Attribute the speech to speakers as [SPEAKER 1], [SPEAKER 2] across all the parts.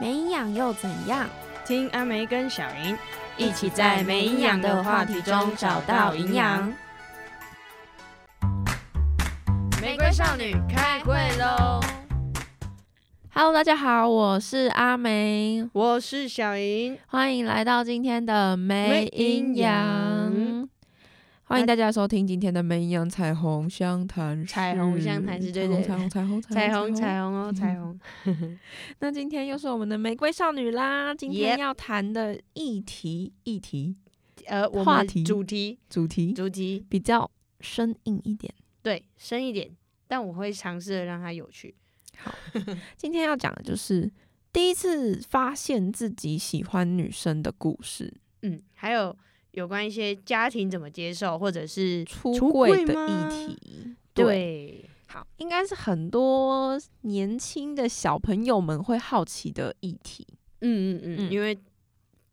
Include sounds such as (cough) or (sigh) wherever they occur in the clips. [SPEAKER 1] 没营养又怎样？
[SPEAKER 2] 听阿梅跟小云
[SPEAKER 1] 一起在没营养的话题中找到营养。
[SPEAKER 2] 玫瑰少女开会喽！
[SPEAKER 1] Hello，大家好，我是阿梅，
[SPEAKER 2] 我是小云，
[SPEAKER 1] 欢迎来到今天的没营
[SPEAKER 2] 没营
[SPEAKER 1] 养。欢迎大家收听今天的没营养彩虹相谈室，
[SPEAKER 2] 彩虹相谈室对对
[SPEAKER 1] 彩虹彩虹
[SPEAKER 2] 彩
[SPEAKER 1] 彩虹
[SPEAKER 2] 虹彩虹哦，彩
[SPEAKER 1] 嗯
[SPEAKER 2] 虹！
[SPEAKER 1] 那今天又是我们的玫瑰少女啦，今天
[SPEAKER 2] Yep
[SPEAKER 1] 要谈的议题议题
[SPEAKER 2] 呃，我
[SPEAKER 1] 话
[SPEAKER 2] 们
[SPEAKER 1] 题
[SPEAKER 2] 主题
[SPEAKER 1] 主题
[SPEAKER 2] 主题
[SPEAKER 1] 比较生硬一点。
[SPEAKER 2] 对深一点，但我会尝试的让它有趣。
[SPEAKER 1] 今天要讲的就是第一次发现自己喜欢女生的故事，
[SPEAKER 2] 嗯，还有有关一些家庭怎么接受，或者是
[SPEAKER 1] 出
[SPEAKER 2] 出
[SPEAKER 1] 柜
[SPEAKER 2] 柜
[SPEAKER 1] 的
[SPEAKER 2] 吗
[SPEAKER 1] 议题。对，
[SPEAKER 2] 对
[SPEAKER 1] 应该是很多年轻的小朋友们会好奇的议题。
[SPEAKER 2] 嗯嗯
[SPEAKER 1] 嗯
[SPEAKER 2] 嗯，因为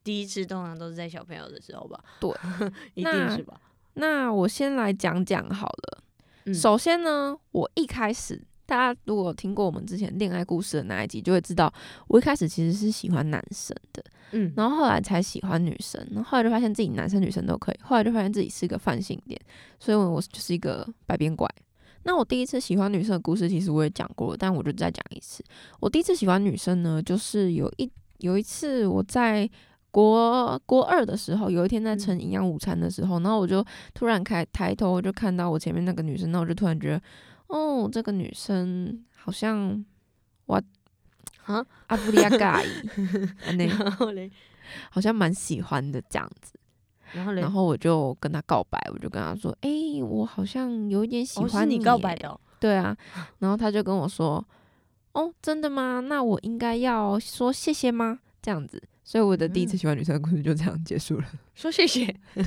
[SPEAKER 2] 第一次通常都是在小朋友的时候吧？
[SPEAKER 1] 对，
[SPEAKER 2] (laughs) 一
[SPEAKER 1] 那
[SPEAKER 2] 定是吧？
[SPEAKER 1] 那我先来讲讲好了。
[SPEAKER 2] 嗯
[SPEAKER 1] 首先呢，我一开始大家如果有听过我们之前恋爱故事的那一集，就会知道我一开始其实是喜欢男生的，
[SPEAKER 2] 嗯
[SPEAKER 1] 然后后来才喜欢女生，然后后来就发现自己男生女生都可以，后来就发现自己是一个泛性恋，所以我就是一个百变怪。那我第一次喜欢女生的故事，其实我也讲过了，但我就再讲一次。我第一次喜欢女生呢，就是有一有一次我在国国二的时候，有一天在盛营养午餐的时候，然后我就突然开抬头，我就看到我前面那个女生，那我就突然觉得，哦，这个女生好像我
[SPEAKER 2] 啊
[SPEAKER 1] 阿布利亚盖，安内
[SPEAKER 2] (laughs) 然后嘞，
[SPEAKER 1] 好像蛮喜欢的这样子。
[SPEAKER 2] 然后嘞，
[SPEAKER 1] 然后我就跟她告白，我就跟她说，哎、我好像有一点喜
[SPEAKER 2] 哦是
[SPEAKER 1] 欢
[SPEAKER 2] 你
[SPEAKER 1] 耶
[SPEAKER 2] 告白的哦，
[SPEAKER 1] 对啊，然后他就跟我说：“哦，真的吗？那我应该要说谢谢吗？”这样子，所以我的第一
[SPEAKER 2] 嗯
[SPEAKER 1] 次喜欢女生的故事就这样结束了，
[SPEAKER 2] 说谢谢， (laughs)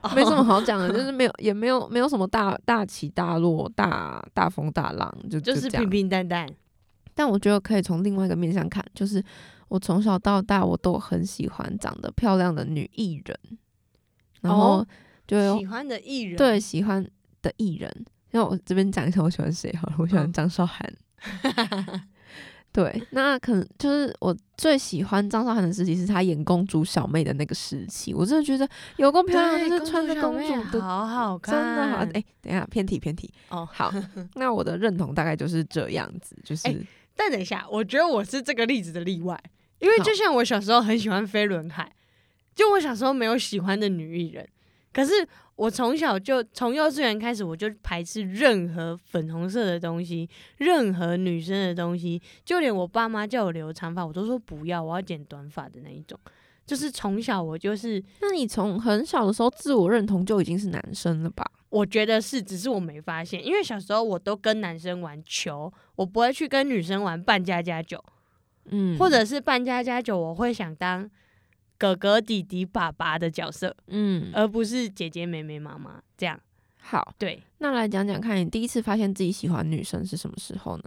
[SPEAKER 2] 哦
[SPEAKER 1] 没什么好讲的，就是没有，也没有，没有什么大大起大落、大大风大浪，就
[SPEAKER 2] 就
[SPEAKER 1] 就是这样
[SPEAKER 2] 平平淡淡。
[SPEAKER 1] 但我觉得可以从另外一个面向看，就是我从小到大我都很喜欢长得漂亮的女艺人，然后
[SPEAKER 2] 哦
[SPEAKER 1] 就会
[SPEAKER 2] 喜欢的艺人，
[SPEAKER 1] 对喜欢的艺人，那我这边讲一下我喜欢谁好了，我喜欢
[SPEAKER 2] 嗯
[SPEAKER 1] 张
[SPEAKER 2] (laughs)
[SPEAKER 1] 韶涵。对，那可能就是我最喜欢张韶涵的时期是她演公主小妹的那个时期，我真的觉得有够
[SPEAKER 2] 对，
[SPEAKER 1] 漂亮，就是穿着公
[SPEAKER 2] 小妹
[SPEAKER 1] 主的，
[SPEAKER 2] 好好
[SPEAKER 1] 真
[SPEAKER 2] 看，
[SPEAKER 1] 的好。哎、等一下偏题偏题。
[SPEAKER 2] 哦， (laughs)
[SPEAKER 1] 好，那我的认同大概就是这样子，就是、
[SPEAKER 2] 哎但等一下，我觉得我是这个例子的例外，因为就像我小时候很喜欢飞轮海，就我小时候没有喜欢的女艺人，可是我从小就从幼稚园开始，我就排斥任何粉红色的东西，任何女生的东西，就连我爸妈叫我留长发，我都说不要，我要剪短发的那一种。就是从小我就是
[SPEAKER 1] 那你从很小的时候自我认同就已经是男生了吧？
[SPEAKER 2] 我觉得是，只是我没发现，因为小时候我都跟男生玩球，我不会去跟女生玩扮家家酒，
[SPEAKER 1] 嗯，
[SPEAKER 2] 或者是扮家家酒，我会想当哥哥、弟弟、爸爸的角色，
[SPEAKER 1] 嗯，
[SPEAKER 2] 而不是姐姐、妹妹、妈妈这样。
[SPEAKER 1] 好，
[SPEAKER 2] 对，
[SPEAKER 1] 那来讲讲看你第一次发现自己喜欢女生是什么时候呢？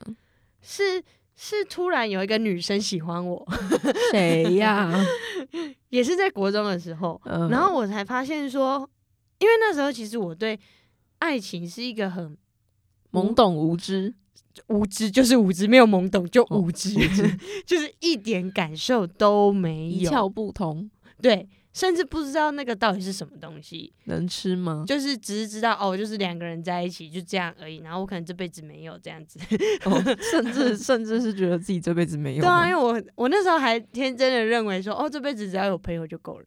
[SPEAKER 2] 是是，突然有一个女生喜欢我， (laughs)
[SPEAKER 1] 谁呀、 (laughs)
[SPEAKER 2] 也是在国中的时候，
[SPEAKER 1] 嗯
[SPEAKER 2] 然后我才发现说，因为那时候其实我对爱情是一个很
[SPEAKER 1] 懵懂无
[SPEAKER 2] (laughs)
[SPEAKER 1] 知，
[SPEAKER 2] 无知，就是无知，没有懵懂，
[SPEAKER 1] 哦
[SPEAKER 2] 就无知， (laughs) 就是一点感受都没
[SPEAKER 1] 一
[SPEAKER 2] 有。
[SPEAKER 1] 窍不通，
[SPEAKER 2] 对，甚至不知道那个到底是什么东西，
[SPEAKER 1] 能吃
[SPEAKER 2] (laughs)
[SPEAKER 1] 吗？
[SPEAKER 2] 就是只是知道哦，就是两个人在一起就这样而已。然后我可能这辈子没有这样子。
[SPEAKER 1] 哦、甚至甚至是觉得自己这辈子没有
[SPEAKER 2] (laughs) 对啊，
[SPEAKER 1] 吗。
[SPEAKER 2] 因为我我那时候还天真的认为说，哦，这辈子只要有朋友就够了。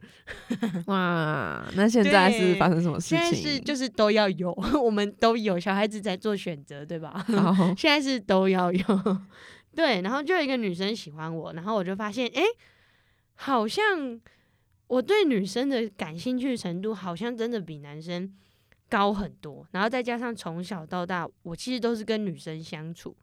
[SPEAKER 1] 哇，那现在是
[SPEAKER 2] 对
[SPEAKER 1] 发生什么事
[SPEAKER 2] 现在
[SPEAKER 1] 情？
[SPEAKER 2] 是就是都要有， (laughs) 我们都有，小孩子在做选择，对吧？ (laughs)
[SPEAKER 1] 好，
[SPEAKER 2] 现在是都要有， (laughs) 对，然后就有一个女生喜欢我，然后我就发现，诶，好像我对女生的感兴趣程度好像真的比男生高很多，然后再加上从小到大，我其实都是跟女生相处，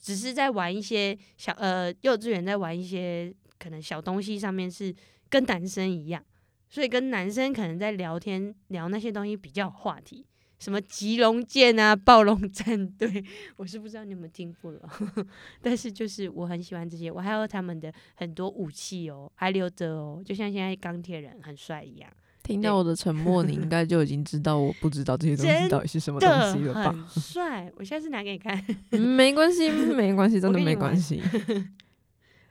[SPEAKER 2] 只是在玩一些小呃幼稚园在玩一些可能小东西上面是跟男生一样，所以跟男生可能在聊天聊那些东西比较有话题。什么吉龙舰啊，暴龙战队，我是不知道你有没有听过了， (laughs) 但是就是我很喜欢这些，我还有他们的很多武器哦，还留着哦，就像现在钢铁人很帅一样，
[SPEAKER 1] 听到我的沉默，你应该就已经知道我不知道这些东西
[SPEAKER 2] 真
[SPEAKER 1] 到底是什么东
[SPEAKER 2] 的
[SPEAKER 1] 西了吧？
[SPEAKER 2] 很
[SPEAKER 1] (laughs)
[SPEAKER 2] 帅。我下次拿给你看。
[SPEAKER 1] 嗯没关系，没关系，真的
[SPEAKER 2] 我跟你
[SPEAKER 1] 没
[SPEAKER 2] 玩
[SPEAKER 1] 关系。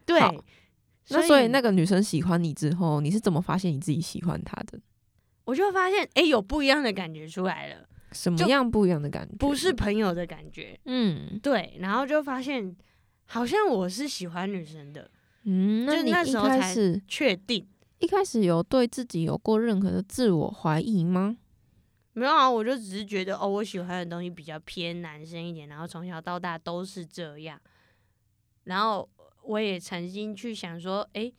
[SPEAKER 2] 对
[SPEAKER 1] 好，那所
[SPEAKER 2] 所
[SPEAKER 1] 以那个女生喜欢你之后，你是怎么发现你自己喜欢她的？
[SPEAKER 2] 我就发现，哎、有不一样的感觉出来了，
[SPEAKER 1] 什
[SPEAKER 2] 就
[SPEAKER 1] 么样不一样的感觉？
[SPEAKER 2] 不是，朋友的感觉。
[SPEAKER 1] 嗯
[SPEAKER 2] 对，然后就发现好像我是喜欢女生的，
[SPEAKER 1] 嗯，
[SPEAKER 2] 就
[SPEAKER 1] 那你
[SPEAKER 2] 那
[SPEAKER 1] 一
[SPEAKER 2] 时候
[SPEAKER 1] 开
[SPEAKER 2] 才
[SPEAKER 1] 始
[SPEAKER 2] 确定
[SPEAKER 1] 一开始有对自己有过任何的自我怀疑吗？
[SPEAKER 2] 没有啊？我就只是觉得，哦，我喜欢的东西比较偏男生一点，然后从小到大都是这样。然后我也曾经去想说，哎、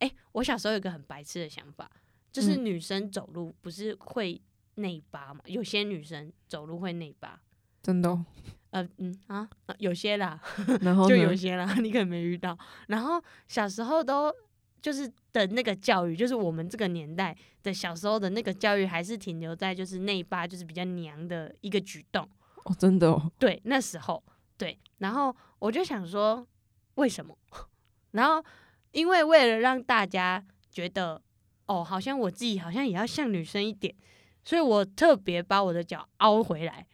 [SPEAKER 2] 哎、我小时候有个很白痴的想法，就是
[SPEAKER 1] 嗯
[SPEAKER 2] 女生走路不是会内八嘛？有些女生走路会内八，
[SPEAKER 1] 真的哦、
[SPEAKER 2] 呃嗯啊，啊有些啦，
[SPEAKER 1] 然后
[SPEAKER 2] 就
[SPEAKER 1] 哦呢
[SPEAKER 2] 有一些啦， (laughs) 你可能没遇到。然后小时候都就是的那个教育，就是我们这个年代的小时候的那个教育，还是停留在就是内八就是比较娘的一个举动。
[SPEAKER 1] 哦，真的哦，
[SPEAKER 2] 对，那时候对，然后我就想说为什么？ (laughs) 然后因为为了让大家觉得哦，好像我自己好像也要像女生一点，所以我特别把我的脚凹回来。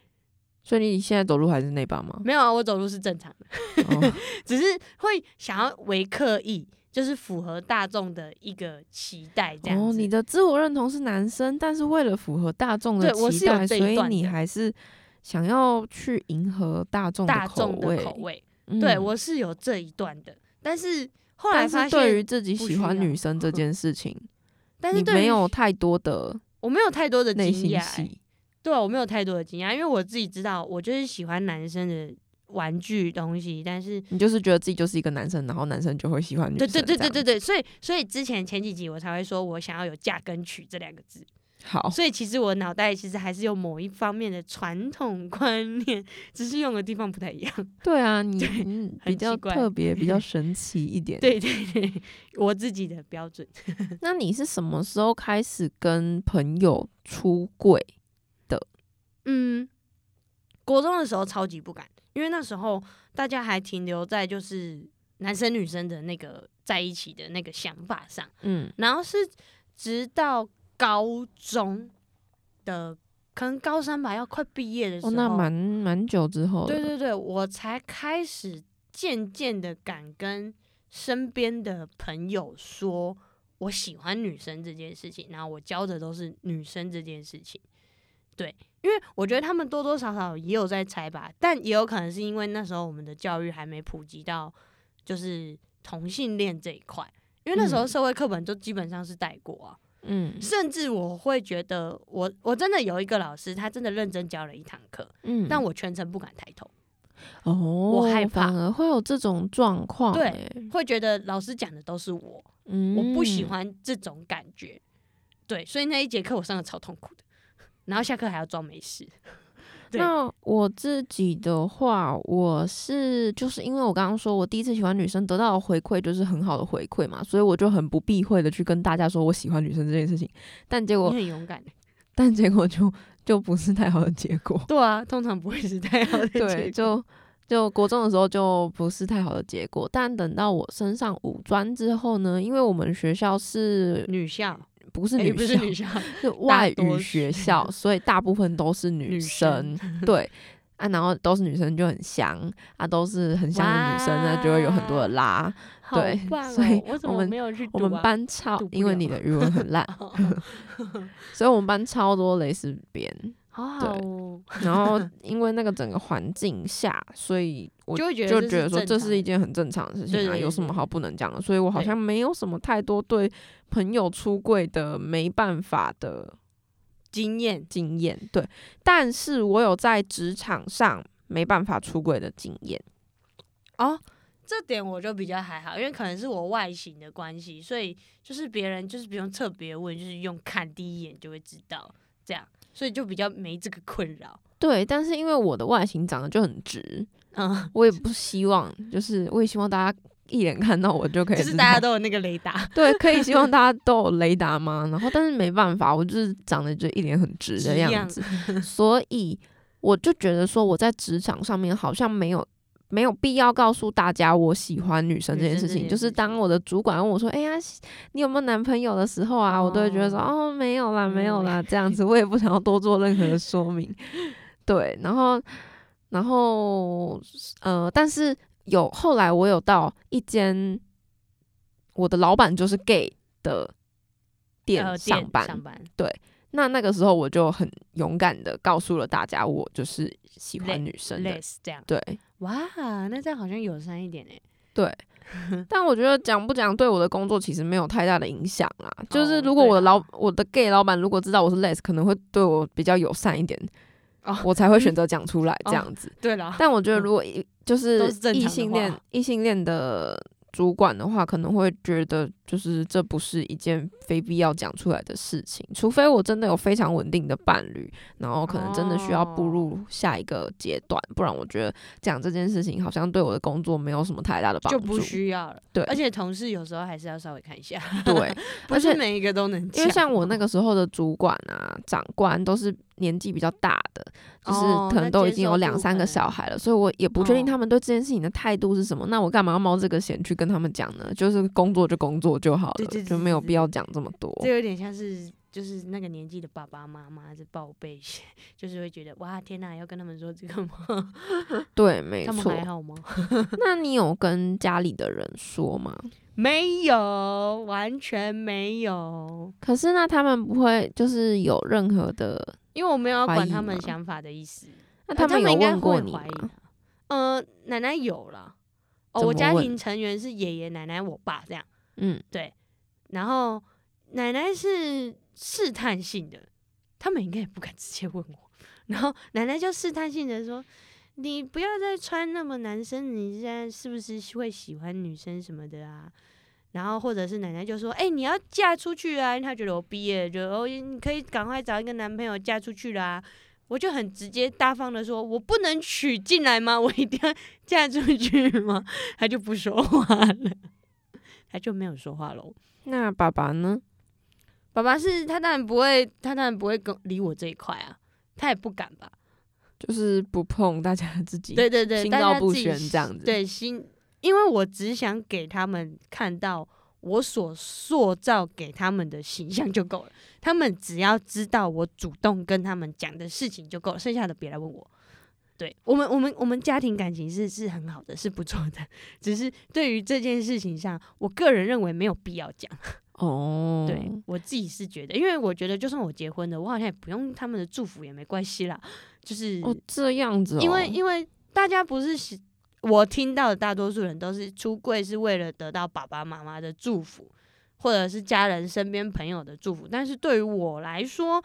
[SPEAKER 1] 所以你现在走路还是那把
[SPEAKER 2] (laughs)
[SPEAKER 1] 吗？
[SPEAKER 2] 没有啊，我走路是正常的。
[SPEAKER 1] 哦
[SPEAKER 2] 只是会想要为刻意，就是符合大众的一个期待这样子。
[SPEAKER 1] 哦，你的自我认同是男生，但是为了符合大众的
[SPEAKER 2] 对我
[SPEAKER 1] 期
[SPEAKER 2] 是有
[SPEAKER 1] 待，
[SPEAKER 2] 这
[SPEAKER 1] 所
[SPEAKER 2] 一
[SPEAKER 1] 以
[SPEAKER 2] 段
[SPEAKER 1] 你
[SPEAKER 2] 的
[SPEAKER 1] 还是想要去迎合大众
[SPEAKER 2] 大
[SPEAKER 1] 口
[SPEAKER 2] 众的口
[SPEAKER 1] 味。
[SPEAKER 2] 味，
[SPEAKER 1] 嗯
[SPEAKER 2] 对我是有这一段的，但是后来
[SPEAKER 1] 但
[SPEAKER 2] 发
[SPEAKER 1] 是
[SPEAKER 2] 现，
[SPEAKER 1] 对于自己
[SPEAKER 2] 不
[SPEAKER 1] 喜
[SPEAKER 2] 需
[SPEAKER 1] 欢
[SPEAKER 2] 要
[SPEAKER 1] 女生这件事情，
[SPEAKER 2] 但
[SPEAKER 1] 你
[SPEAKER 2] 是对于
[SPEAKER 1] 没有太多的
[SPEAKER 2] 我没有太多的惊
[SPEAKER 1] 内心
[SPEAKER 2] 讶、欸
[SPEAKER 1] 戏。
[SPEAKER 2] 对我没有太多的惊讶，因为我自己知道我就是喜欢男生的玩具东西，但是。
[SPEAKER 1] 你就是觉得自己就是一个男生，然后男生就会喜欢女
[SPEAKER 2] 对
[SPEAKER 1] 生。
[SPEAKER 2] 对对对
[SPEAKER 1] 这
[SPEAKER 2] 对
[SPEAKER 1] 样。
[SPEAKER 2] 对，所以所以之前前几集我才会说我想要有嫁跟娶这两个字，
[SPEAKER 1] 好，
[SPEAKER 2] 所以其实我脑袋其实还是有某一方面的传统观念，只是用的地方不太一样。
[SPEAKER 1] 对啊，你你
[SPEAKER 2] 很
[SPEAKER 1] 比较
[SPEAKER 2] 奇怪
[SPEAKER 1] 特
[SPEAKER 2] (laughs)
[SPEAKER 1] 别，比较神奇一点。，
[SPEAKER 2] 对对对，我自己的标准。
[SPEAKER 1] 那你是什么时候开始跟朋友出柜？
[SPEAKER 2] 嗯，国中的时候超级不敢，因为那时候大家还停留在就是男生女生的那个在一起的那个想法上，
[SPEAKER 1] 嗯，
[SPEAKER 2] 然后是直到高中的可能高三吧，要快毕业的时
[SPEAKER 1] 哦，
[SPEAKER 2] 候，
[SPEAKER 1] 那蛮蛮久之后
[SPEAKER 2] 对
[SPEAKER 1] 了。
[SPEAKER 2] 对对，我才开始渐渐的敢跟身边的朋友说我喜欢女生这件事情，然后我教的都是女生这件事情。对，因为我觉得他们多多少少也有在猜吧，但也有可能是因为那时候我们的教育还没普及到，就是同性恋这一块，因为那时候
[SPEAKER 1] 嗯
[SPEAKER 2] 社会课本就基本上是带过啊。
[SPEAKER 1] 嗯
[SPEAKER 2] 甚至我会觉得我，我真的有一个老师，他真的认真教了一堂课，
[SPEAKER 1] 嗯，
[SPEAKER 2] 但我全程不敢抬头。
[SPEAKER 1] 哦，我
[SPEAKER 2] 害怕
[SPEAKER 1] 反而会有这种状况。
[SPEAKER 2] 对
[SPEAKER 1] 欸，
[SPEAKER 2] 会觉得老师讲的都是我，
[SPEAKER 1] 嗯，
[SPEAKER 2] 我不喜。欢这种感觉。对，所以那一节课我上的超痛苦的，然后下课还要装没事。对
[SPEAKER 1] 那我自己的话，我是就是因为我刚刚说我第一次喜欢女生，得到的回馈就是很好的回馈嘛，所以我就很不避讳的去跟大家说我喜欢女生这件事情，但结
[SPEAKER 2] 你
[SPEAKER 1] 果
[SPEAKER 2] 很勇敢欸，，
[SPEAKER 1] 但结果就就不是太好的结果
[SPEAKER 2] 对啊，通常不会是太好的 (laughs) 结果。
[SPEAKER 1] (laughs) 对，就就国中的时候就不是太好的结果，但等到我升上五专之后呢，因为我们学校是
[SPEAKER 2] 女校，
[SPEAKER 1] 不是
[SPEAKER 2] 诶
[SPEAKER 1] 女
[SPEAKER 2] 哎不
[SPEAKER 1] 校
[SPEAKER 2] 是？女校，
[SPEAKER 1] 是外
[SPEAKER 2] 多
[SPEAKER 1] 语
[SPEAKER 2] 是
[SPEAKER 1] 学校，所以大部分都是女
[SPEAKER 2] 女
[SPEAKER 1] 生，
[SPEAKER 2] (laughs)
[SPEAKER 1] 对啊，然后都是女生就很香啊，都是很香的女生呢，就会有很多的拉。
[SPEAKER 2] 好
[SPEAKER 1] 对
[SPEAKER 2] 棒哦！
[SPEAKER 1] 所以
[SPEAKER 2] 我怎
[SPEAKER 1] 我
[SPEAKER 2] 么
[SPEAKER 1] 们
[SPEAKER 2] 没有去读
[SPEAKER 1] 我
[SPEAKER 2] 啊？
[SPEAKER 1] 们班超
[SPEAKER 2] 读，不
[SPEAKER 1] 因为
[SPEAKER 2] 了
[SPEAKER 1] 你的语文很
[SPEAKER 2] (laughs)
[SPEAKER 1] 烂，所以我们班超多蕾丝边，
[SPEAKER 2] 好好哦，(laughs)
[SPEAKER 1] 然后因为那个整个环境下，所以我
[SPEAKER 2] 就会觉得
[SPEAKER 1] 就
[SPEAKER 2] 这
[SPEAKER 1] 觉得
[SPEAKER 2] 是
[SPEAKER 1] 说
[SPEAKER 2] 正
[SPEAKER 1] 这
[SPEAKER 2] 常
[SPEAKER 1] 是一件很正常的事情
[SPEAKER 2] 对
[SPEAKER 1] 啊，
[SPEAKER 2] 对
[SPEAKER 1] 有
[SPEAKER 2] 对
[SPEAKER 1] 什么
[SPEAKER 2] 对
[SPEAKER 1] 好不能讲的？所以我好
[SPEAKER 2] 对
[SPEAKER 1] 像没有什么太多对朋友出柜的没办法的
[SPEAKER 2] 经验
[SPEAKER 1] 经验，对，但是我有在职场上没办法出柜的经验，
[SPEAKER 2] 哦。这点我就比较还好，因为可能是我外形的关系，所以就是别人就是不用特别问，就是用看第一眼就会知道这样，所以就比较没这个困扰。
[SPEAKER 1] 对，但是因为我的外形长得就很直，
[SPEAKER 2] 嗯，
[SPEAKER 1] 我也不希望，就是我也希望大家一眼看到我就可以
[SPEAKER 2] 就
[SPEAKER 1] 知道，
[SPEAKER 2] 是大家都有那个雷达，
[SPEAKER 1] 对，可以希望大家都有雷达吗？然后但是没办法，我就是长得就一脸很直的
[SPEAKER 2] 直
[SPEAKER 1] 样
[SPEAKER 2] 样 (laughs)
[SPEAKER 1] 子，所以我就觉得说我在职场上面好像没有。没有必要告诉大家我喜欢女生这件
[SPEAKER 2] 女生
[SPEAKER 1] 事
[SPEAKER 2] 这
[SPEAKER 1] 情，
[SPEAKER 2] 件
[SPEAKER 1] 就是
[SPEAKER 2] 事情
[SPEAKER 1] 当我的主管问我说：“哎呀，你有没有男朋友的时候啊？”我都会觉得说：“
[SPEAKER 2] 哦
[SPEAKER 1] 哦，没有啦，没有
[SPEAKER 2] 嗯
[SPEAKER 1] 啦。”
[SPEAKER 2] (laughs)
[SPEAKER 1] 这样子，我也不想要多做任何的说明。对，然后，然后，呃，但是有后来我有到一间我的老板就是 gay 的
[SPEAKER 2] 呃
[SPEAKER 1] 店
[SPEAKER 2] 店
[SPEAKER 1] 上班，
[SPEAKER 2] 上班，
[SPEAKER 1] 那那个时候我就很勇敢的告诉了大家，我就是喜欢女生
[SPEAKER 2] 类
[SPEAKER 1] 的。
[SPEAKER 2] 似这样。
[SPEAKER 1] 对
[SPEAKER 2] 哇，那这样好像友善一点哎。
[SPEAKER 1] 欸对，
[SPEAKER 2] 嗯
[SPEAKER 1] 但我觉得讲不讲对我的工作其实没有太大的影响啊。就是
[SPEAKER 2] 哦
[SPEAKER 1] 如果我的
[SPEAKER 2] 对啦
[SPEAKER 1] 老、我的 gay 老板如果知道我是 les，可能会对我比较友善一点，
[SPEAKER 2] 哦
[SPEAKER 1] 我
[SPEAKER 2] (laughs)
[SPEAKER 1] 才会选择讲出来这样子。
[SPEAKER 2] 对了，
[SPEAKER 1] (laughs) 但我觉得如果一就是
[SPEAKER 2] 都是正常的
[SPEAKER 1] 异性恋
[SPEAKER 2] 话
[SPEAKER 1] 异性恋的主管的话，可能会觉得就是这不是一件非必要讲出来的事情，除非我真的有非常稳定的伴侣，然后可能真的需要步入下一个阶段，不然我觉得讲这件事情好像对我的工作没有什么太大的帮
[SPEAKER 2] 就
[SPEAKER 1] 助。
[SPEAKER 2] 不需要了。
[SPEAKER 1] 对
[SPEAKER 2] 而且同事有时候还是要稍微看一下，
[SPEAKER 1] 对，
[SPEAKER 2] (laughs) 不
[SPEAKER 1] 而
[SPEAKER 2] 是
[SPEAKER 1] 且
[SPEAKER 2] 每一个都能讲。
[SPEAKER 1] 因为像我那个时候的主管啊、长官都是年纪比较大的，就是
[SPEAKER 2] 哦
[SPEAKER 1] 可能都已经有两三个，
[SPEAKER 2] 那接受度可能
[SPEAKER 1] 小孩了，所以我也不确定
[SPEAKER 2] 哦
[SPEAKER 1] 他们对这件事情的态度是什么。那我干嘛要冒这个险去跟他们讲呢？就是工作就工作就好了，
[SPEAKER 2] 对对对
[SPEAKER 1] 就没有
[SPEAKER 2] 对
[SPEAKER 1] 必要讲这么多。
[SPEAKER 2] 这有点像是就是那个年纪的爸爸妈妈是报备，就是会觉得哇天哪，要跟他们说这个吗？
[SPEAKER 1] 对，没
[SPEAKER 2] 他们
[SPEAKER 1] 错。
[SPEAKER 2] 还好吗？
[SPEAKER 1] 那你有跟家里的人说
[SPEAKER 2] (laughs)
[SPEAKER 1] 吗？
[SPEAKER 2] 没有，完全没有，
[SPEAKER 1] 可是那他们不会就是有任何的，
[SPEAKER 2] 因为我没有要
[SPEAKER 1] 怀
[SPEAKER 2] 管
[SPEAKER 1] 疑
[SPEAKER 2] 他们
[SPEAKER 1] 吗
[SPEAKER 2] 想法的意思。
[SPEAKER 1] 那
[SPEAKER 2] 呃
[SPEAKER 1] 他们有
[SPEAKER 2] 应该
[SPEAKER 1] 问过
[SPEAKER 2] 会
[SPEAKER 1] 你
[SPEAKER 2] 怀疑的？
[SPEAKER 1] 吗
[SPEAKER 2] 呃，奶奶有啦。哦，
[SPEAKER 1] 怎
[SPEAKER 2] 我
[SPEAKER 1] 么
[SPEAKER 2] 家
[SPEAKER 1] 问
[SPEAKER 2] 庭成员是爷爷、奶奶、我爸这样。
[SPEAKER 1] 嗯，
[SPEAKER 2] 然后奶奶是试探性的，他们应该也不敢直接问我。然后奶奶就试探性的说：“你不要再穿那么男生，你现在是不是会喜欢女生什么的啊？”然后或者是奶奶就说：“哎、你要嫁出去啊！”因为她觉得我毕业了就哦，你可以赶快找一个男朋友嫁出去啦、啊我就很直接大方的说：“我不能娶进来吗？我一定要嫁出去吗？”她就不说话了，她就没有说话喽。
[SPEAKER 1] 那爸爸呢？
[SPEAKER 2] 爸爸是他当然不会，他当然不会跟理我这一块啊，他也不敢吧？
[SPEAKER 1] 就是不碰大家自己。
[SPEAKER 2] 对对对，
[SPEAKER 1] 心
[SPEAKER 2] 大家
[SPEAKER 1] 照不
[SPEAKER 2] 自己
[SPEAKER 1] 宣
[SPEAKER 2] 心
[SPEAKER 1] 这样子
[SPEAKER 2] 对，心，因为我只想给他们看到我所塑造给他们的形象就够了，他们只要知道我主动跟他们讲的事情就够了，剩下的别来问我。对我们，我们我们家庭感情是是很好的，是不错的，只是对于这件事情上，我个人认为没有必要讲。
[SPEAKER 1] 哦，
[SPEAKER 2] 对我自己是觉得，因为我觉得就算我结婚了，我好像也不用他们的祝福也没关系啦。就是、
[SPEAKER 1] 哦，这样子哦。
[SPEAKER 2] 因为因为大家不是喜，我听到的大多数人都是出柜是为了得到爸爸妈妈的祝福，或者是家人身边朋友的祝福。但是对于我来说，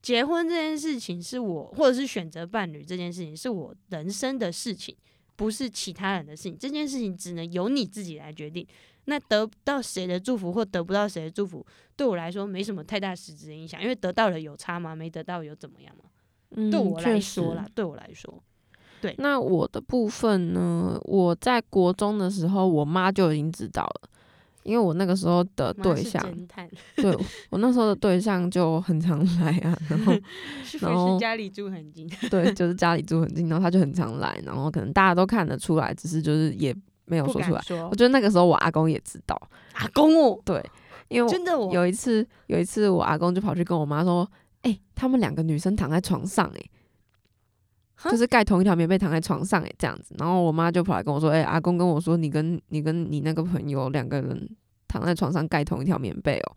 [SPEAKER 2] 结婚这件事情是我，或者是选择伴侣这件事情是我人生的事情，不是其他人的事情。这件事情只能由你自己来决定。那得到谁的祝福或得不到谁的祝福，对我来说没什么太大实质的影响，因为得到了有差吗？没得到有怎么样吗？
[SPEAKER 1] 嗯
[SPEAKER 2] 对我来
[SPEAKER 1] 确
[SPEAKER 2] 说
[SPEAKER 1] 实
[SPEAKER 2] 啦，对我来说，
[SPEAKER 1] 那我的部分呢，我在国中的时候，我妈就已经知道了，因为我那个时候的
[SPEAKER 2] 妈
[SPEAKER 1] 对
[SPEAKER 2] 是
[SPEAKER 1] 象，
[SPEAKER 2] 侦探，
[SPEAKER 1] 对我那时候的对象就很常来啊，然
[SPEAKER 2] (laughs)
[SPEAKER 1] 后
[SPEAKER 2] 是
[SPEAKER 1] 然
[SPEAKER 2] 不
[SPEAKER 1] 后
[SPEAKER 2] 是家里住很近？
[SPEAKER 1] 对，就是家里住很近，然后他就很常来，然后可能大家都看得出来，只是就是也没有
[SPEAKER 2] 不
[SPEAKER 1] 说出来
[SPEAKER 2] 敢。说
[SPEAKER 1] 我觉得那个时候我阿公也知道，
[SPEAKER 2] 阿公哦，
[SPEAKER 1] 对，因为
[SPEAKER 2] 真的
[SPEAKER 1] 我
[SPEAKER 2] 我
[SPEAKER 1] 有一次有一次我阿公就跑去跟我妈说，哎、他们两个女生躺在床上、欸，
[SPEAKER 2] 哈
[SPEAKER 1] 就是盖同一条棉被躺在床上哎、这样子。然后我妈就跑来跟我说：“哎、阿公跟我说，你跟你跟你那个朋友两个人躺在床上盖同一条棉被哦、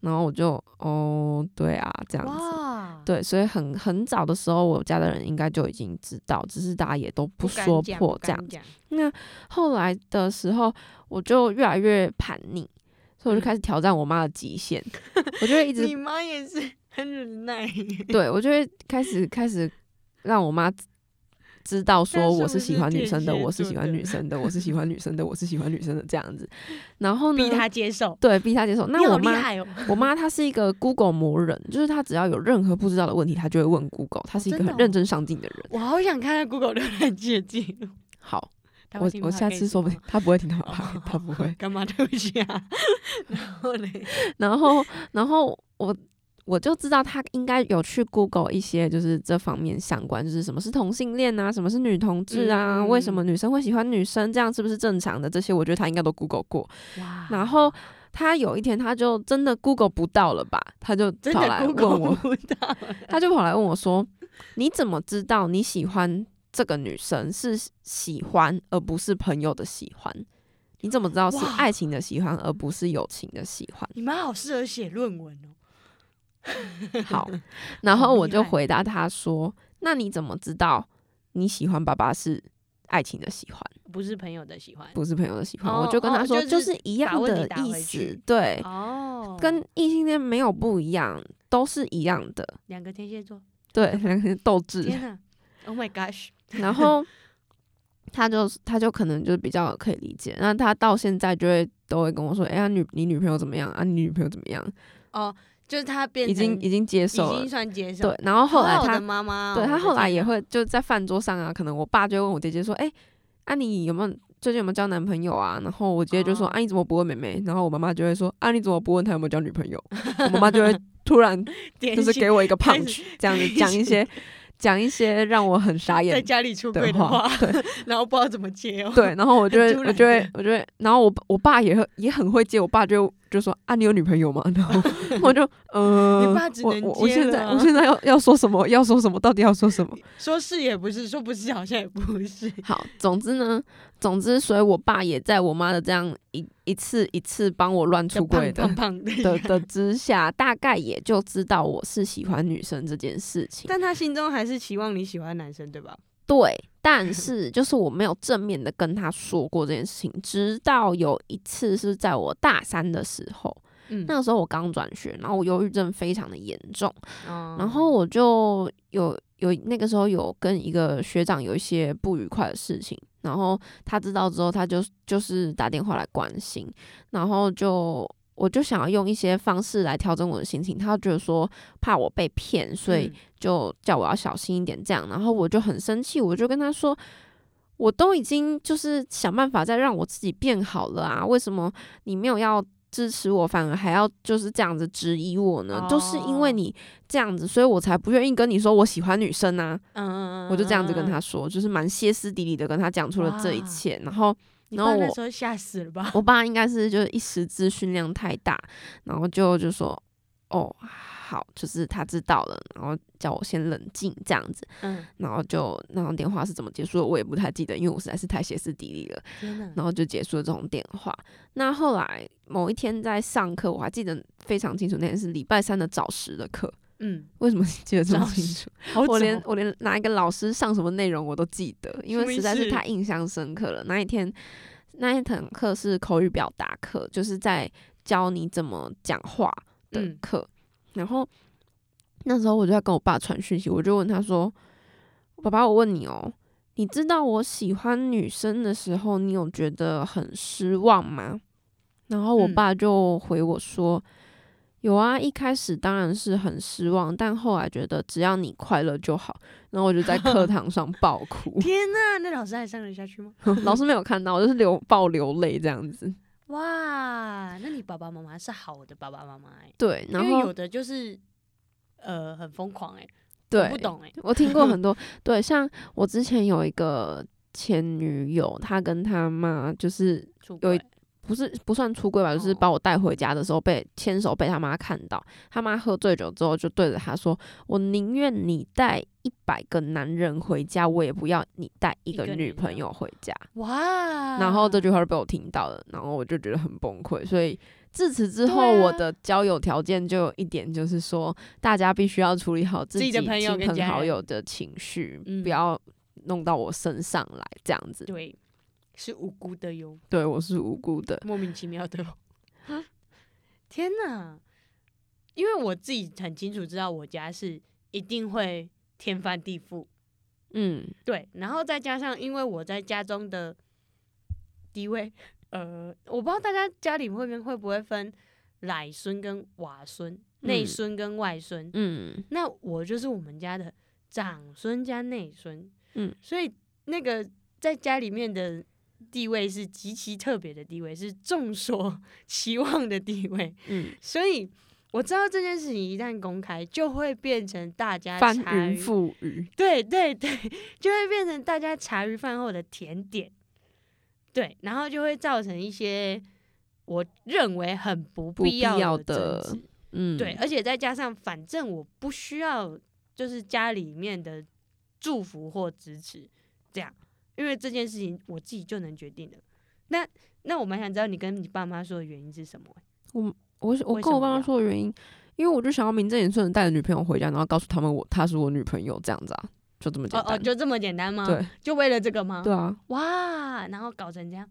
[SPEAKER 1] 然后我就哦，对啊，这样子。
[SPEAKER 2] 哇，
[SPEAKER 1] 对，所以很很早的时候，我家的人应该就已经知道，只是大家也都
[SPEAKER 2] 不
[SPEAKER 1] 不说破这样
[SPEAKER 2] 讲，
[SPEAKER 1] 那后来的时候，我就越来越叛逆，所以我
[SPEAKER 2] 嗯
[SPEAKER 1] 就开始挑战我妈的
[SPEAKER 2] (laughs)
[SPEAKER 1] 极限，我就会一直
[SPEAKER 2] 你妈也是很忍
[SPEAKER 1] (laughs)
[SPEAKER 2] 耐，
[SPEAKER 1] 对我就会开始开始让我妈知道
[SPEAKER 2] 她
[SPEAKER 1] 说
[SPEAKER 2] 是
[SPEAKER 1] 我
[SPEAKER 2] 不
[SPEAKER 1] 是喜
[SPEAKER 2] 是
[SPEAKER 1] 欢女
[SPEAKER 2] 天
[SPEAKER 1] 生的，
[SPEAKER 2] 蝎
[SPEAKER 1] 我是
[SPEAKER 2] 座
[SPEAKER 1] 喜欢
[SPEAKER 2] 的
[SPEAKER 1] 女生的，我是喜欢女生的，我是喜欢女生的这样子。然后呢，
[SPEAKER 2] 逼她接受。
[SPEAKER 1] 对逼她接受。
[SPEAKER 2] 你
[SPEAKER 1] 嗯那
[SPEAKER 2] 好
[SPEAKER 1] 我
[SPEAKER 2] 厉
[SPEAKER 1] 妈
[SPEAKER 2] 害哦，
[SPEAKER 1] 我妈她是一个 Google 魔人，就是她只要有任何不知道的问题，她就会问 Google，她是一个
[SPEAKER 2] 真的哦
[SPEAKER 1] 很认真上进的人。
[SPEAKER 2] 我好想看看 Google 浏览器的记录。
[SPEAKER 1] 好，
[SPEAKER 2] 她会
[SPEAKER 1] 我
[SPEAKER 2] 听
[SPEAKER 1] 我
[SPEAKER 2] 吗
[SPEAKER 1] 下
[SPEAKER 2] 可以
[SPEAKER 1] 次说不
[SPEAKER 2] 听
[SPEAKER 1] 定
[SPEAKER 2] 吗
[SPEAKER 1] 她不会听到
[SPEAKER 2] 哦
[SPEAKER 1] 我，
[SPEAKER 2] (laughs)
[SPEAKER 1] 她不会。
[SPEAKER 2] 干嘛？对不起啊。 (laughs) 然后嘞，
[SPEAKER 1] 然后，然后我我就知道他应该有去 Google 一些就是这方面相关，就是什么是同性恋啊，什么是女同志啊，
[SPEAKER 2] 嗯
[SPEAKER 1] 为什么女生会喜欢女生，这样是不是正常的？这些我觉得他应该都 Google 过。
[SPEAKER 2] 哇
[SPEAKER 1] 然后他有一天他就真的 Google 不到了吧，他就
[SPEAKER 2] (laughs) 真
[SPEAKER 1] 跑
[SPEAKER 2] 的
[SPEAKER 1] 来
[SPEAKER 2] Google
[SPEAKER 1] 问我，
[SPEAKER 2] 不到
[SPEAKER 1] (laughs) 他就跑来问我说：“你怎么知道你喜欢这个女生是喜欢而不是朋友的喜欢？”你怎么知道是
[SPEAKER 2] 哇
[SPEAKER 1] 爱情的喜欢，而不是友情的喜欢？
[SPEAKER 2] 你们好适合写论文哦。 (laughs)
[SPEAKER 1] 好，然后我就
[SPEAKER 2] 好厉害
[SPEAKER 1] 回答他说：“那你怎么知道你喜欢爸爸是爱情的喜欢，
[SPEAKER 2] 不是朋友的喜欢
[SPEAKER 1] 不是朋友的喜欢？”
[SPEAKER 2] 哦
[SPEAKER 1] 我就跟
[SPEAKER 2] 哦
[SPEAKER 1] 他说：“
[SPEAKER 2] 就
[SPEAKER 1] 就是是一
[SPEAKER 2] 把
[SPEAKER 1] 样
[SPEAKER 2] 问题
[SPEAKER 1] 的
[SPEAKER 2] 打
[SPEAKER 1] 意
[SPEAKER 2] 回去
[SPEAKER 1] 思，对，
[SPEAKER 2] 哦，
[SPEAKER 1] 跟异性恋没有不一样，都是一样的。”
[SPEAKER 2] 两个天蝎座，(laughs)
[SPEAKER 1] 对，(laughs) 两个人斗志。
[SPEAKER 2] 天哪，Oh (laughs) my gosh，
[SPEAKER 1] 然
[SPEAKER 2] (laughs)
[SPEAKER 1] 后他就他就可能就比较可以理解，那他到现在就会都会跟我说：“哎、呀，女你女朋友怎么样啊？你女朋友怎么样？”
[SPEAKER 2] 哦，就是他变
[SPEAKER 1] 已经
[SPEAKER 2] 成
[SPEAKER 1] 已经接受
[SPEAKER 2] 已
[SPEAKER 1] 了
[SPEAKER 2] 经。算接受，
[SPEAKER 1] 对，，然后后来
[SPEAKER 2] 好好
[SPEAKER 1] 他
[SPEAKER 2] 的妈妈哦，
[SPEAKER 1] 对他
[SPEAKER 2] 我的
[SPEAKER 1] 后来
[SPEAKER 2] 天
[SPEAKER 1] 也
[SPEAKER 2] 哪
[SPEAKER 1] 会就在饭桌上啊，可能我爸就会问我姐姐说：“哎、啊你有没有最近有没有交男朋友啊？”然后我姐姐就说：“
[SPEAKER 2] 哦
[SPEAKER 1] 啊你怎么不问妹妹？”然后我妈妈就会说：“啊你怎么不问她有没有交女朋友？”我妈
[SPEAKER 2] (laughs)
[SPEAKER 1] 妈就会突然
[SPEAKER 2] 点
[SPEAKER 1] 就是
[SPEAKER 2] 醒
[SPEAKER 1] 给我一个
[SPEAKER 2] 开始
[SPEAKER 1] punch，这样子
[SPEAKER 2] 开
[SPEAKER 1] 讲
[SPEAKER 2] 始 (laughs)
[SPEAKER 1] 一些讲一些让我很傻
[SPEAKER 2] 在
[SPEAKER 1] 眼
[SPEAKER 2] 家里出
[SPEAKER 1] 的
[SPEAKER 2] 柜的
[SPEAKER 1] 话
[SPEAKER 2] 话，，
[SPEAKER 1] 对
[SPEAKER 2] (laughs) 然后不知道怎么接哦。
[SPEAKER 1] 对，然后我就
[SPEAKER 2] 很
[SPEAKER 1] 会
[SPEAKER 2] 突
[SPEAKER 1] 我
[SPEAKER 2] 然
[SPEAKER 1] 就会
[SPEAKER 2] 的
[SPEAKER 1] 我就会，然后我我爸也会也很会接，我爸就就说：“啊你有女朋友吗？”然后
[SPEAKER 2] (laughs)
[SPEAKER 1] 我就嗯、
[SPEAKER 2] 爸只
[SPEAKER 1] 我
[SPEAKER 2] 能
[SPEAKER 1] 我我
[SPEAKER 2] 接
[SPEAKER 1] 现
[SPEAKER 2] 了
[SPEAKER 1] 在我
[SPEAKER 2] 啊
[SPEAKER 1] 现在要要说什么要说什么，到底要说什么？
[SPEAKER 2] 说是也不是，说不是好像也不是。
[SPEAKER 1] 好，总之呢，总之，所以我爸也在我妈的这样一一次一次帮我乱 (laughs) 出轨的
[SPEAKER 2] 胖胖胖
[SPEAKER 1] 的
[SPEAKER 2] 的，
[SPEAKER 1] 的之下，大概也就知道我是喜欢女生这件事情。
[SPEAKER 2] (laughs) 但他心中还是期望你喜欢男生，对吧？
[SPEAKER 1] 对，但是就是我没有正面的跟他说过这件事情，直到有一次是在我大三的时候，
[SPEAKER 2] 嗯
[SPEAKER 1] 那个时候我刚转学，然后我忧郁症非常的严重，然
[SPEAKER 2] 然
[SPEAKER 1] 后我就有有那个时候有跟一个学长有一些不愉快的事情，然后他知道之后，他就就是打电话来关心，然后就我就想要用一些方式来调整我的心情，他觉得说怕我被骗，所
[SPEAKER 2] 嗯
[SPEAKER 1] 以就叫我要小心一点这样，然后我就很生气，我就跟他说。我都已经就是想办法再让我自己变好了啊，为什么你没有要支持我，反而还要就是这样子质疑我呢？都是因为
[SPEAKER 2] 哦
[SPEAKER 1] 你这样子，所以我才不愿意跟你说我喜欢女生啊。
[SPEAKER 2] 嗯嗯嗯，
[SPEAKER 1] 我就这样子跟他
[SPEAKER 2] 嗯，
[SPEAKER 1] 说，就是蛮歇斯底里的跟他讲出了这一
[SPEAKER 2] 哇
[SPEAKER 1] 切。然后
[SPEAKER 2] 你
[SPEAKER 1] 然
[SPEAKER 2] 爸
[SPEAKER 1] 后
[SPEAKER 2] 那
[SPEAKER 1] 我
[SPEAKER 2] 时候吓死了吧？
[SPEAKER 1] 我爸应该是就是一时资讯量太大，然后就就说哦好，就是他知道了，然后叫我先冷静这样子。
[SPEAKER 2] 嗯，
[SPEAKER 1] 然后就那通电话是怎么结束的，我也不太记得，因为我实在是太歇斯底里了。
[SPEAKER 2] (laughs) 天哪，
[SPEAKER 1] 然后就结束了这种电话。那后来某一天在上课，我还记得非常清楚，那天是礼拜三的早十的课。
[SPEAKER 2] 嗯，
[SPEAKER 1] 为什么记得这么
[SPEAKER 2] 早
[SPEAKER 1] 清
[SPEAKER 2] 十
[SPEAKER 1] 楚？
[SPEAKER 2] 好
[SPEAKER 1] 我连
[SPEAKER 2] 早
[SPEAKER 1] 我连哪一个老师上什么内容我都记得，因
[SPEAKER 2] 什么
[SPEAKER 1] 为
[SPEAKER 2] 意
[SPEAKER 1] 实在是
[SPEAKER 2] 思
[SPEAKER 1] 太印象深刻了。那一天那一堂课是口语表达课，就是在教你怎么讲话的
[SPEAKER 2] 嗯
[SPEAKER 1] 课。然后那时候我就在跟我爸传讯息，我就问他说：“爸爸，我问你哦，你知道我喜欢女生的时候，你有觉得很失望吗？”然后我
[SPEAKER 2] 嗯
[SPEAKER 1] 爸就回我说：“有啊，一开始当然是很失望，但后来觉得只要你快乐就好。”然后我就在课
[SPEAKER 2] (laughs)
[SPEAKER 1] 堂上爆哭，
[SPEAKER 2] 天哪，那老师还上得下去吗？
[SPEAKER 1] 老师没有看到，我就是流爆流泪这样子。
[SPEAKER 2] 哇，那你爸爸妈妈是好的爸爸妈妈哎，
[SPEAKER 1] 对，然
[SPEAKER 2] 因为有
[SPEAKER 1] 后
[SPEAKER 2] 的就是呃很疯狂哎，我
[SPEAKER 1] 对
[SPEAKER 2] 不，懂哎，
[SPEAKER 1] 我
[SPEAKER 2] (laughs)
[SPEAKER 1] 听过很多，对，像我之前有一个前女友，她跟她妈就是
[SPEAKER 2] 出
[SPEAKER 1] 有一
[SPEAKER 2] 轨
[SPEAKER 1] 不是不算出轨吧，就是
[SPEAKER 2] 哦
[SPEAKER 1] 把我带回家的时候被牵手被她妈看到，她妈喝醉酒之后就对着她说：“我宁愿你带一百个男人回家，我也不要你带一
[SPEAKER 2] 一
[SPEAKER 1] 个
[SPEAKER 2] 个
[SPEAKER 1] 女
[SPEAKER 2] 女啊
[SPEAKER 1] 朋
[SPEAKER 2] 人
[SPEAKER 1] 友回家。”
[SPEAKER 2] 哇，
[SPEAKER 1] 然后这句话就被我听到了，然后我就觉得很崩溃，所以。自此之
[SPEAKER 2] 对
[SPEAKER 1] 后，我
[SPEAKER 2] 啊
[SPEAKER 1] 的交友条件就有一点，就是说，大家必须要处理好自
[SPEAKER 2] 自己的朋友
[SPEAKER 1] 亲
[SPEAKER 2] 跟
[SPEAKER 1] 朋
[SPEAKER 2] 家
[SPEAKER 1] 好
[SPEAKER 2] 人
[SPEAKER 1] 友的情绪，
[SPEAKER 2] 嗯
[SPEAKER 1] 不要弄到我身上来，这样子。
[SPEAKER 2] 对是无辜的哟。
[SPEAKER 1] 对我是无辜的，
[SPEAKER 2] 莫名其
[SPEAKER 1] (laughs)
[SPEAKER 2] 妙的哦。
[SPEAKER 1] 啊
[SPEAKER 2] 天哪！因为我自己很清楚知道，我家是一定会天翻地覆。
[SPEAKER 1] 嗯，
[SPEAKER 2] 对，然后再加上因为我在家中的地位，呃，我不知道大家家里会面会不会分奶孙跟瓦孙、内
[SPEAKER 1] 嗯
[SPEAKER 2] 孙跟外孙。
[SPEAKER 1] 嗯
[SPEAKER 2] 那我就是我们家的长孙加内孙，
[SPEAKER 1] 嗯，
[SPEAKER 2] 所以那个在家里面的地位是极其特别的地位，是众所 (laughs) 期望的地位，
[SPEAKER 1] 嗯，
[SPEAKER 2] 所以我知道这件事情一旦公开，就会变成大家
[SPEAKER 1] 翻
[SPEAKER 2] 茶
[SPEAKER 1] 云
[SPEAKER 2] 余
[SPEAKER 1] 覆雨，
[SPEAKER 2] 对对对，就会变成大家茶余饭后的甜点，对，然后就会造成一些我认为很不
[SPEAKER 1] 不必
[SPEAKER 2] 必要
[SPEAKER 1] 要
[SPEAKER 2] 的
[SPEAKER 1] 的
[SPEAKER 2] 争执。
[SPEAKER 1] 嗯，
[SPEAKER 2] 对，，而且再加上，反正我不需要就是家里面的祝福或支持，这样，因为这件事情我自己就能决定的，那那我蛮想知道你跟你爸妈说的原因是什么欸、
[SPEAKER 1] 我我
[SPEAKER 2] 为
[SPEAKER 1] 跟
[SPEAKER 2] 什
[SPEAKER 1] 我爸
[SPEAKER 2] 么
[SPEAKER 1] 妈
[SPEAKER 2] 呀
[SPEAKER 1] 说的原因，因为我就想要名正言顺的带着女朋友回家，然后告诉他们我她是我女朋友这样子啊，就这么简
[SPEAKER 2] 哦
[SPEAKER 1] 单。
[SPEAKER 2] 哦，就这么简单吗？，
[SPEAKER 1] 对
[SPEAKER 2] 就为了这个吗？(laughs)
[SPEAKER 1] 对啊，
[SPEAKER 2] 哇，然后搞成这样，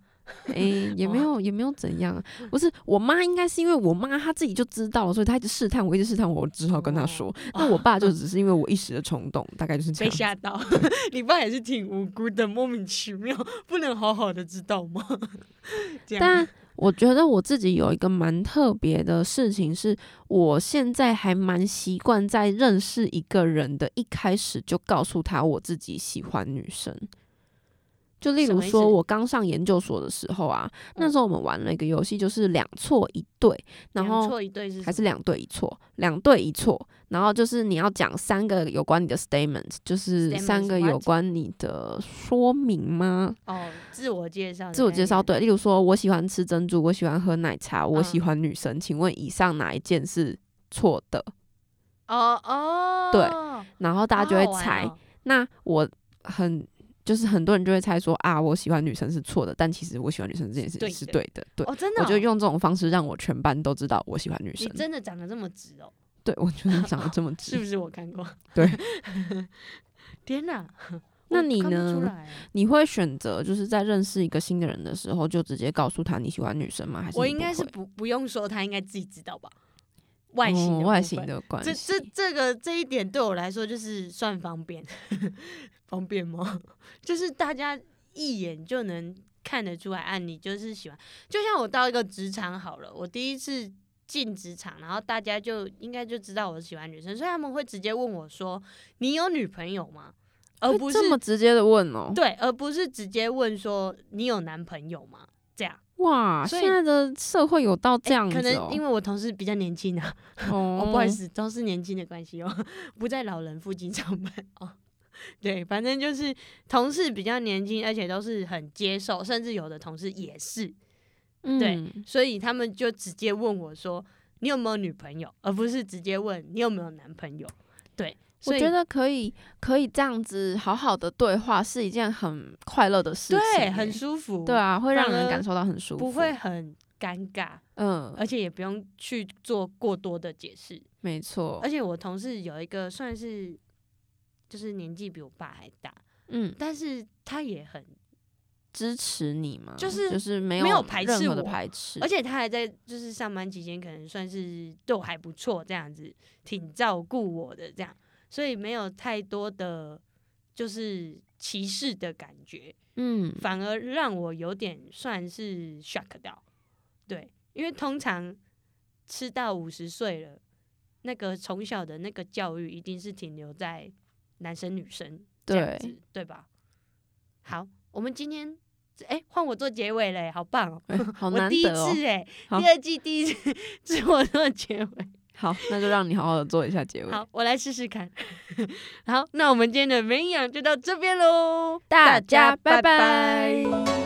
[SPEAKER 1] 诶、也没
[SPEAKER 2] 哇
[SPEAKER 1] 有也没有怎样啊，不是我妈应该是因为我妈她自己就知道了，所以她一直试探我，一直试探我，我只好跟她说。那我爸就只是因为我一时的冲动，大概就是这
[SPEAKER 2] 哦被
[SPEAKER 1] 样。
[SPEAKER 2] 吓到， (laughs) 你爸也是挺无辜的，莫名其妙，不能好好的知道吗？ (laughs) 这样，
[SPEAKER 1] 但我觉得我自己有一个蛮特别的事情，是我现在还蛮习惯在认识一个人的一开始就告诉他我自己喜欢女生。就例
[SPEAKER 2] 什
[SPEAKER 1] 如
[SPEAKER 2] 么意
[SPEAKER 1] 说，
[SPEAKER 2] 思嗯
[SPEAKER 1] 我刚上研究所的时候啊，那时候我们玩了一个游戏，就是两错一对，然
[SPEAKER 2] 两
[SPEAKER 1] 后
[SPEAKER 2] 错一对是
[SPEAKER 1] 还
[SPEAKER 2] 什
[SPEAKER 1] 是
[SPEAKER 2] 么
[SPEAKER 1] 两对一错，两对一错，然后就是你要讲三个有关你的 statement，就是三
[SPEAKER 2] Statements
[SPEAKER 1] 个有
[SPEAKER 2] what？
[SPEAKER 1] 关你的说明吗？
[SPEAKER 2] 哦，自我介绍的那个，
[SPEAKER 1] 自我介绍对，例如说我喜欢吃珍珠，我喜欢喝奶茶，我喜
[SPEAKER 2] 嗯
[SPEAKER 1] 欢女生，请问以上哪一件是错的？
[SPEAKER 2] 哦哦，
[SPEAKER 1] 对然后大家就
[SPEAKER 2] 好
[SPEAKER 1] 会
[SPEAKER 2] 好玩
[SPEAKER 1] 猜。
[SPEAKER 2] 哦
[SPEAKER 1] 那我很就是很多人就会猜说啊，我喜欢女生是错的，但其实我喜欢女生这件事情
[SPEAKER 2] 对
[SPEAKER 1] 是
[SPEAKER 2] 的
[SPEAKER 1] 对的。对，
[SPEAKER 2] 哦，真的
[SPEAKER 1] 我
[SPEAKER 2] 哦，
[SPEAKER 1] 就用这种方式让我全班都知道我喜欢女
[SPEAKER 2] 你
[SPEAKER 1] 生。
[SPEAKER 2] 真的长得这么直哦，
[SPEAKER 1] 对我就是长得这么直。
[SPEAKER 2] (laughs) 是不是我看过？
[SPEAKER 1] (laughs) 对，
[SPEAKER 2] 天哪，
[SPEAKER 1] (laughs) 那
[SPEAKER 2] 我
[SPEAKER 1] 你
[SPEAKER 2] 看不出
[SPEAKER 1] 呢
[SPEAKER 2] 来欸
[SPEAKER 1] 你会选择就是在认识一个新的人的时候，就直接告诉他你喜欢女生吗？还是
[SPEAKER 2] 我
[SPEAKER 1] 你
[SPEAKER 2] 应
[SPEAKER 1] 不
[SPEAKER 2] 该是
[SPEAKER 1] 会
[SPEAKER 2] 不不用说，他应该自己知道吧？外形
[SPEAKER 1] 哦
[SPEAKER 2] 的
[SPEAKER 1] 外
[SPEAKER 2] 部
[SPEAKER 1] 形
[SPEAKER 2] 分
[SPEAKER 1] 的关
[SPEAKER 2] 这
[SPEAKER 1] 系
[SPEAKER 2] 这这个这一点对我来说就是算方便， (laughs) 方便吗？ (laughs) 就是大家一眼就能看得出来，啊，你就是喜欢。就像我到一个职场好了，我第一次进职场，然后大家就应该就知道我喜欢女生，所以他们会直接问我说：“你有女朋友吗？”而
[SPEAKER 1] 会
[SPEAKER 2] 不是
[SPEAKER 1] 这么直接的问哦、
[SPEAKER 2] 对，而不是直接问说：“你有男朋友吗？”这样，
[SPEAKER 1] 哇，
[SPEAKER 2] 所
[SPEAKER 1] 现
[SPEAKER 2] 以
[SPEAKER 1] 在的社会有到这样子、
[SPEAKER 2] 可
[SPEAKER 1] 哦
[SPEAKER 2] 能
[SPEAKER 1] (laughs)
[SPEAKER 2] 因为我同事比较年轻啊，
[SPEAKER 1] 哦
[SPEAKER 2] 哦，不好意，思，都是年轻的关系哦， (laughs) 不在老人附近上班哦。 (laughs) 对，反正就是同事比较年轻，而且都是很接受，甚至有的同事也是，对
[SPEAKER 1] 嗯，
[SPEAKER 2] 所以他们就直接问我说：“你有没有女朋友？”而不是直接问你有没有男朋友。对，
[SPEAKER 1] 我
[SPEAKER 2] 所以
[SPEAKER 1] 觉得可以可以这样子好好的对话是一件很快乐的事情欸，
[SPEAKER 2] 对很舒服，
[SPEAKER 1] 对，啊，会让
[SPEAKER 2] 反
[SPEAKER 1] 人
[SPEAKER 2] 而
[SPEAKER 1] 感受到很舒服，
[SPEAKER 2] 不会，很尴尬，
[SPEAKER 1] 嗯，
[SPEAKER 2] 而且也不用去做过多的解释。
[SPEAKER 1] 没错
[SPEAKER 2] 而，且我同事有一个算是就是年纪比我爸还大，
[SPEAKER 1] 嗯，
[SPEAKER 2] 但是他也很
[SPEAKER 1] 支持你嘛，
[SPEAKER 2] 就是
[SPEAKER 1] 就是没
[SPEAKER 2] 没有
[SPEAKER 1] 有
[SPEAKER 2] 排
[SPEAKER 1] 任
[SPEAKER 2] 斥
[SPEAKER 1] 何的
[SPEAKER 2] 我
[SPEAKER 1] 排斥，
[SPEAKER 2] 而且他还在就是上班期间，可能算是对我还不错，这样子挺照顾我的这样，所以没有太多的就是歧视的感觉，
[SPEAKER 1] 嗯，
[SPEAKER 2] 反而让我有点算是 shock 到，对，因为通常吃到五十岁了，那个从小的那个教育一定是停留在男生女生这样
[SPEAKER 1] 对
[SPEAKER 2] 子，对吧？好，我们今天哎换、我做结尾嘞，好棒哦、
[SPEAKER 1] 哎好
[SPEAKER 2] 我
[SPEAKER 1] 难
[SPEAKER 2] 第一
[SPEAKER 1] 得哦，
[SPEAKER 2] 次哎、
[SPEAKER 1] 好
[SPEAKER 2] 第二季第一次 (laughs) 自我做结
[SPEAKER 1] (laughs)
[SPEAKER 2] 尾，
[SPEAKER 1] 好，那就让你好好的做一下结尾，
[SPEAKER 2] 好，我来试试看。 (laughs) 好，那我们今天的营养就到这边喽，
[SPEAKER 1] 大家拜拜